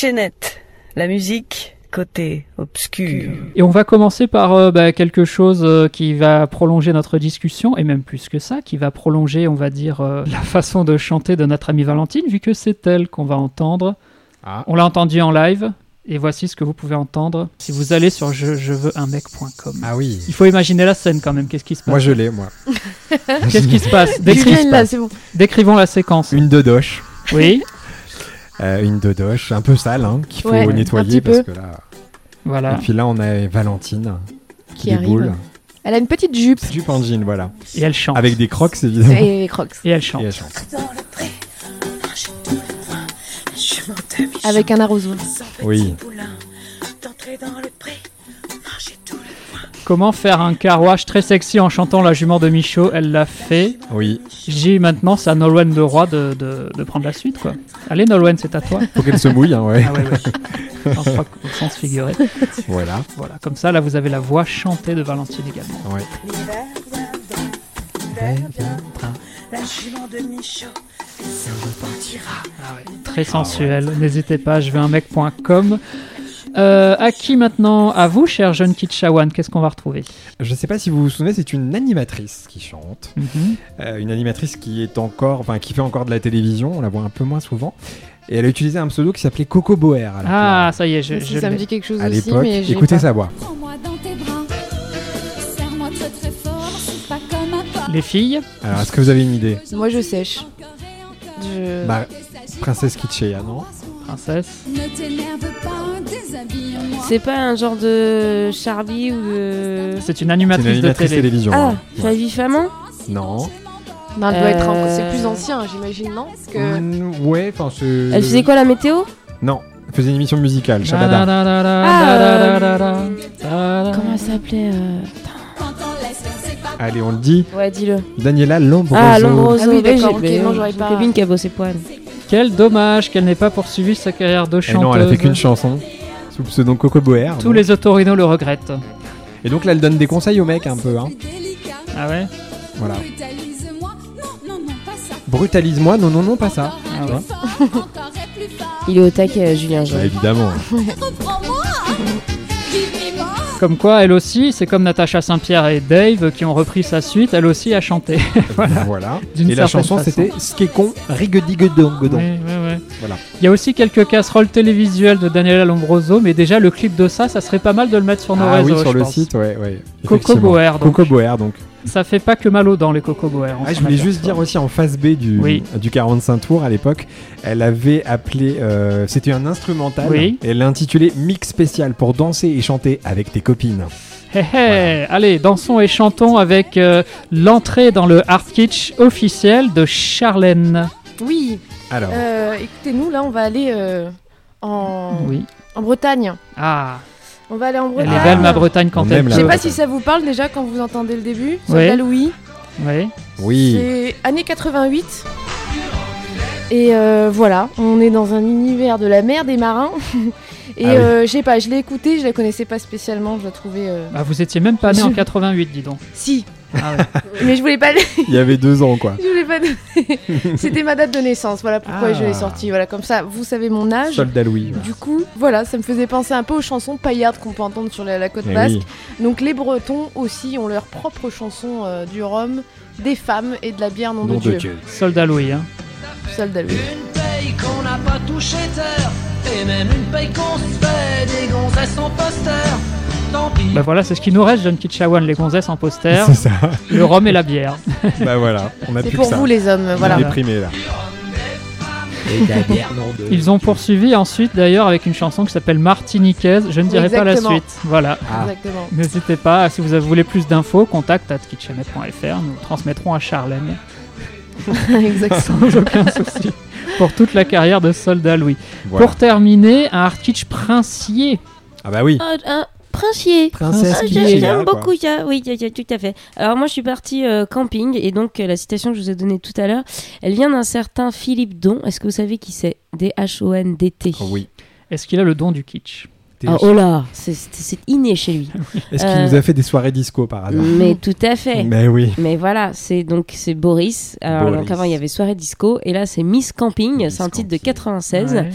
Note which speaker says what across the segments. Speaker 1: Kitchenette, la musique côté obscur.
Speaker 2: Et on va commencer par euh, bah, quelque chose euh, qui va prolonger notre discussion, et même plus que ça, qui va prolonger, on va dire, euh, la façon de chanter de notre amie Valentine, vu que c'est elle qu'on va entendre.
Speaker 3: Ah.
Speaker 2: On l'a entendu en live, et voici ce que vous pouvez entendre si vous allez sur je, je veux un mec.com.
Speaker 3: Ah oui.
Speaker 2: Il faut imaginer la scène quand même, qu'est-ce qui se
Speaker 3: Moi
Speaker 2: passe
Speaker 3: je l'ai, moi.
Speaker 2: Qu'est-ce qui se passe Décri-
Speaker 3: Julien, là,
Speaker 4: c'est bon.
Speaker 2: Décrivons la séquence.
Speaker 3: Une dodoche.
Speaker 2: Oui,
Speaker 3: Euh, une dodoche un peu sale, hein, qu'il faut
Speaker 4: Ouais,
Speaker 3: nettoyer
Speaker 4: un petit
Speaker 3: parce
Speaker 4: peu.
Speaker 3: que là.
Speaker 2: voilà.
Speaker 3: Et puis là, on a Valentine
Speaker 4: Qui
Speaker 3: des
Speaker 4: arrive.
Speaker 3: boules.
Speaker 4: Elle a une petite jupe
Speaker 3: Jupe en jean, voilà.
Speaker 2: Et elle chante.
Speaker 3: Avec des crocs, évidemment.
Speaker 4: et les crocs.
Speaker 2: Et elle
Speaker 3: Et
Speaker 2: chante.
Speaker 3: elle chante.
Speaker 4: Avec un arrosoir.
Speaker 3: Oui.
Speaker 2: Comment faire un carouage très sexy en chantant la jument de Michaud Elle l'a fait.
Speaker 3: Oui.
Speaker 2: J'ai maintenant, c'est à Nolwenn de Roy de, de, de prendre la suite, quoi. Allez, Nolwenn, c'est à toi.
Speaker 3: Faut qu'elle se mouille, hein, ouais.
Speaker 2: Ah ouais, ouais. Au sens propre, au sens figuré.
Speaker 3: Voilà.
Speaker 2: Voilà, comme ça, là, vous avez la voix chantée de Valentine également.
Speaker 3: Ouais.
Speaker 2: Très
Speaker 3: Ah
Speaker 2: sensuelle. N'hésitez pas, je vais un mec.com. Euh, à qui maintenant À vous, cher jeune Kitchawan, qu'est-ce qu'on va retrouver
Speaker 3: Je sais pas si vous vous souvenez, c'est une animatrice qui chante.
Speaker 2: Mhm.
Speaker 3: Euh, une animatrice qui est encore, enfin, qui fait encore de la télévision. On la voit un peu moins souvent. Et elle a utilisé un pseudo qui s'appelait Coco Boer. à la
Speaker 2: Ah, ça y est, je, je
Speaker 4: Ça me
Speaker 2: l'ai.
Speaker 4: dit quelque chose
Speaker 3: à
Speaker 4: aussi,
Speaker 3: l'époque.
Speaker 4: mais j'ai
Speaker 3: Écoutez
Speaker 4: pas.
Speaker 3: sa voix.
Speaker 5: Prends-moi dans tes bras, serre-moi très très fort, c'est pas comme un porc.
Speaker 2: Les filles
Speaker 3: Alors, est-ce que vous avez une idée
Speaker 4: Moi, je sèche. Je...
Speaker 3: Bah, Princesse Kitschea, non
Speaker 2: Princesse
Speaker 5: Ne t'énerve pas, déshabille-moi.
Speaker 6: C'est pas un genre de Charlie ou de.
Speaker 2: C'est une
Speaker 3: C'est une
Speaker 2: animatrice,
Speaker 3: animatrice
Speaker 2: de télé.
Speaker 3: télévision. hein.
Speaker 6: Ah,
Speaker 3: ouais.
Speaker 6: Flavie Flamand
Speaker 3: Non.
Speaker 4: Non, elle doit être en-
Speaker 6: Euh,
Speaker 4: C'est plus ancien, j'imagine, non Parce que...
Speaker 3: Mm, ouais, enfin, c'est-
Speaker 6: Elle faisait quoi la météo
Speaker 3: Non, elle faisait une émission musicale, Shabada.
Speaker 4: Ah,
Speaker 6: Comment
Speaker 2: Comment
Speaker 6: elle s'appelait euh,
Speaker 5: Quand on laisse faire, c'est pas
Speaker 3: Allez, on le dit.
Speaker 6: Ouais, dis-le.
Speaker 3: Daniela Lombroso.
Speaker 6: Ah, Lombroso.
Speaker 4: Ah oui,
Speaker 6: ouais,
Speaker 4: d'accord,
Speaker 6: j'ai-
Speaker 4: ok, non, j'aurais
Speaker 6: j'ai
Speaker 4: pas-
Speaker 6: une copine qui a bossé pour elle.
Speaker 2: Quel dommage qu'elle n'ait pas poursuivi sa carrière de
Speaker 3: Et
Speaker 2: chanteuse.
Speaker 3: Eh non, elle a fait qu'une chanson sous le pseudo Coco Boer.
Speaker 2: Tous
Speaker 3: donc.
Speaker 2: les autorinos le regrettent.
Speaker 3: Et donc là, elle donne des conseils aux mecs un peu. Hein.
Speaker 5: plus délicat.
Speaker 2: Ah ouais
Speaker 3: Voilà.
Speaker 5: Brutalise-moi. Non, non, non, pas ça.
Speaker 3: Brutalise-moi, non, non, non, pas ça.
Speaker 5: Encore
Speaker 2: Ah
Speaker 5: un
Speaker 2: ouais.
Speaker 5: peu fort, encore et plus fort.
Speaker 6: Il est au taquet, euh, Julien. genre.
Speaker 3: évidemment.
Speaker 5: Reprends-moi. Dis-moi.
Speaker 2: Comme quoi, elle aussi, c'est comme Natacha Saint-Pierre et Dave qui ont repris sa suite, elle aussi a chanté.
Speaker 3: voilà.
Speaker 2: D'une
Speaker 3: Et la
Speaker 2: certaine
Speaker 3: chanson,
Speaker 2: façon.
Speaker 3: c'était Skekon Rigedigedon
Speaker 2: Oui, oui, oui.
Speaker 3: Voilà.
Speaker 2: Il y a aussi quelques casseroles télévisuelles de Daniela Lombroso, mais déjà le clip de ça, ça serait pas mal de le mettre sur nos
Speaker 3: Ah
Speaker 2: réseaux.
Speaker 3: oui, sur
Speaker 2: je
Speaker 3: le
Speaker 2: pense.
Speaker 3: site, ouais, ouais.
Speaker 2: Coco
Speaker 3: Effectivement.
Speaker 2: Boer, donc.
Speaker 3: Coco Boer, donc.
Speaker 2: Ça fait pas que mal aux dents, les Coco Boer. on
Speaker 3: Ah, je
Speaker 2: s'en
Speaker 3: voulais
Speaker 2: aperçoit.
Speaker 3: juste dire aussi en phase B du,
Speaker 2: Oui.
Speaker 3: du 45 tours à l'époque, elle avait appelé, euh, c'était un instrumental,
Speaker 2: Oui.
Speaker 3: et elle l'a intitulé Mix spécial pour danser et chanter avec tes copines.
Speaker 2: Hé hé, Allez, dansons et chantons avec euh, l'entrée dans le Art Kitsch officiel de Charlène.
Speaker 4: Oui,
Speaker 3: Alors,
Speaker 4: euh, écoutez-nous, là, on va aller euh, en...
Speaker 2: Oui.
Speaker 4: en Bretagne.
Speaker 2: Ah,
Speaker 4: On va aller en
Speaker 2: elle
Speaker 4: Bretagne.
Speaker 2: est belle ma Bretagne quand
Speaker 3: On
Speaker 2: elle
Speaker 3: aime
Speaker 4: Je
Speaker 3: la
Speaker 4: sais
Speaker 2: pleure.
Speaker 4: pas si ça vous parle déjà quand vous entendez le début. Ça
Speaker 2: Ouais.
Speaker 4: s'appelle Louis.
Speaker 2: Oui.
Speaker 3: oui,
Speaker 4: C'est année 88. Et euh, voilà, on est dans un univers de la mer des marins. Et
Speaker 3: Ah oui.
Speaker 4: euh, je sais pas, je l'ai écouté, je la connaissais pas spécialement, je la trouvais. euh,
Speaker 2: Bah, vous étiez même pas né en
Speaker 4: Je-
Speaker 2: 88, dis donc.
Speaker 4: Si,
Speaker 2: Ah ouais.
Speaker 4: mais je voulais pas.
Speaker 3: il y avait deux ans quoi.
Speaker 4: je voulais pas. C'était ma date de naissance, voilà pourquoi
Speaker 3: Ah.
Speaker 4: je l'ai sortie. Voilà, comme ça, vous savez mon âge.
Speaker 3: Soldat Louis.
Speaker 4: Ah, Du coup, voilà, ça me faisait penser un peu aux chansons paillardes qu'on peut entendre sur la, la côte
Speaker 3: Eh
Speaker 4: basque.
Speaker 3: oui.
Speaker 4: Donc les Bretons aussi ont leurs propres chansons euh, du rhum, des femmes et de la bière non,
Speaker 3: Nom
Speaker 4: de Dieu.
Speaker 2: Soldat Louis. Hein.
Speaker 4: Seul Dalou.
Speaker 7: Une paye qu'on n'a pas touché terre Et même une paye qu'on se fait Des gonzesses sans poster Tant pis
Speaker 2: Bah voilà, c'est ce qui nous reste, jeune Kitchawan, les gonzesses en poster,
Speaker 3: C'est ça.
Speaker 2: le rhum et la bière.
Speaker 3: bah voilà, on a
Speaker 4: C'est
Speaker 3: plus
Speaker 4: pour
Speaker 3: que ça.
Speaker 4: vous les hommes,
Speaker 3: On
Speaker 4: voilà.
Speaker 3: est déprimés, là.
Speaker 2: Ils ont poursuivi ensuite d'ailleurs avec une chanson qui s'appelle Martiniquaise, je ne dirai pas la
Speaker 4: Exactement.
Speaker 2: suite. Voilà.
Speaker 3: Ah.
Speaker 4: Exactement.
Speaker 2: N'hésitez pas, si vous voulez plus d'infos, contact at kitchenette.fr, nous transmettrons à Charlène.
Speaker 4: Exactement.
Speaker 2: sans aucun souci pour toute la carrière de soldat Louis.
Speaker 3: Voilà.
Speaker 2: Pour terminer, un art kitsch princier.
Speaker 3: Ah bah oui.
Speaker 6: Ah, un princier.
Speaker 2: Princesse
Speaker 6: Ah,
Speaker 2: qui
Speaker 6: j'ai-
Speaker 2: est
Speaker 6: J'aime
Speaker 3: là, quoi.
Speaker 6: beaucoup ça, oui, y a- y a- tout à fait. Alors moi je suis partie euh, camping et donc euh, la citation que je vous ai donnée tout à l'heure, elle vient d'un certain Philippe Don. Est-ce que vous savez qui c'est D-H-O-N-D-T.
Speaker 3: Oh, Oui.
Speaker 2: Est-ce qu'il a le don du kitsch
Speaker 3: T'es-
Speaker 6: Ah, oh là, c'est- c'est c'est inné chez lui.
Speaker 3: Est-ce qu'il
Speaker 6: euh,
Speaker 3: nous a fait des soirées disco par hasard
Speaker 6: Mais tout à fait.
Speaker 3: Mais oui.
Speaker 6: Mais voilà, c'est donc c'est Boris. Alors
Speaker 3: Boris.
Speaker 6: donc avant il y avait soirée disco et là c'est Miss Camping,
Speaker 3: Miss
Speaker 6: c'est un titre de
Speaker 3: Camping.
Speaker 6: 96.
Speaker 2: Ouais.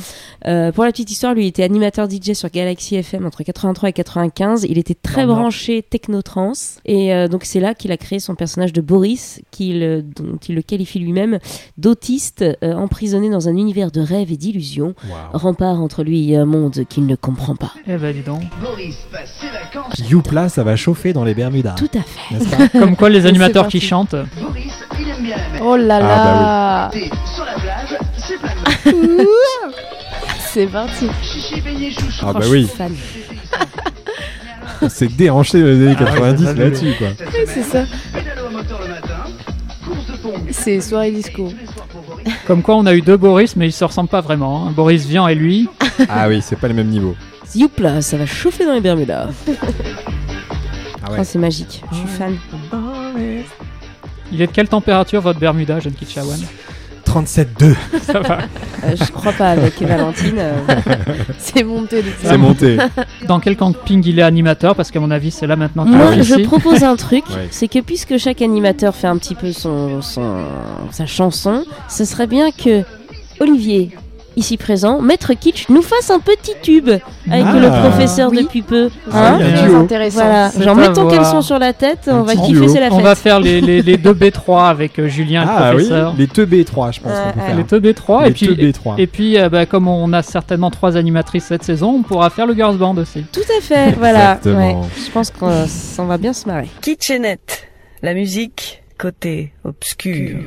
Speaker 6: Euh, pour la petite histoire, lui il était animateur DJ sur Galaxy FM entre 83 et 95. Il était très
Speaker 2: Dans le
Speaker 6: branché techno trance et euh, donc c'est là qu'il a créé son personnage de Boris, qu'il, euh, dont il le qualifie lui-même d'autiste euh, emprisonné dans un univers de rêves et d'illusions,
Speaker 4: Oh,
Speaker 6: rempart entre lui et un monde qu'il ne comprend pas.
Speaker 2: Eh ben dis donc.
Speaker 3: Youpla, ça va chauffer dans les Bermudas.
Speaker 6: Tout à fait.
Speaker 3: n'est-ce pas
Speaker 2: Comme quoi les
Speaker 4: C'est
Speaker 2: animateurs
Speaker 4: parti.
Speaker 2: qui chantent.
Speaker 4: Oh là
Speaker 3: Ah,
Speaker 4: là C'est parti
Speaker 3: Ah
Speaker 6: Oh,
Speaker 3: bah
Speaker 6: je
Speaker 3: oui,
Speaker 6: suis fan.
Speaker 3: on s'est déhanché dans les années 90
Speaker 2: ouais,
Speaker 3: là-dessus quoi.
Speaker 4: Oui, c'est ça. C'est soirée disco.
Speaker 2: Comme quoi on a eu deux Boris mais ils se ressemblent pas vraiment. hein. Boris Vian et lui.
Speaker 3: Ah oui, c'est pas le même niveau.
Speaker 6: Youpla, ça va chauffer dans les Bermudas.
Speaker 3: Ah
Speaker 6: Oh, c'est magique, je suis fan.
Speaker 2: Il est de quelle température votre Bermuda, jeune Kitchawan
Speaker 3: 37-2,
Speaker 2: Ça va.
Speaker 6: Euh, je crois pas avec Valentine. euh,
Speaker 4: C'est monté de
Speaker 3: c'est monté.
Speaker 2: Dans quel camping il est animateur Parce qu'à mon avis c'est là maintenant qu'il
Speaker 6: Moi,
Speaker 2: est
Speaker 6: je
Speaker 2: ici.
Speaker 6: propose un truc,
Speaker 3: Ouais.
Speaker 6: c'est que puisque chaque animateur fait un petit peu son, son- sa chanson, ce serait bien que Olivier, ici présent, Maître Kitsch, nous fasse un petit tube avec
Speaker 2: Ah.
Speaker 6: le professeur
Speaker 4: Oui.
Speaker 6: depuis peu.
Speaker 3: Ah,
Speaker 6: Hein
Speaker 3: il y a un
Speaker 4: très
Speaker 3: duo.
Speaker 4: intéressant.
Speaker 6: voilà,
Speaker 2: C'est
Speaker 6: genre
Speaker 2: à
Speaker 6: mets ton
Speaker 2: voir.
Speaker 6: caleçon sur la tête,
Speaker 3: Un
Speaker 6: on va
Speaker 3: petit
Speaker 6: kiffer,
Speaker 3: duo.
Speaker 6: c'est la fête.
Speaker 2: On va faire les, les, les deux B3 avec euh, Julien,
Speaker 3: Ah
Speaker 2: le
Speaker 3: oui,
Speaker 2: professeur.
Speaker 3: les 2B3 je pense qu'on peut
Speaker 6: Ouais,
Speaker 3: faire.
Speaker 2: les deux B3 et
Speaker 3: Les
Speaker 2: puis
Speaker 3: deux B3.
Speaker 2: et puis euh, bah, comme on a certainement trois animatrices cette saison, on pourra faire le girls band aussi.
Speaker 6: Tout à fait, voilà. Ouais.
Speaker 3: Exactement.
Speaker 6: Je pense qu'on s'en va bien se marrer.
Speaker 1: Kitchenette, la musique côté obscur.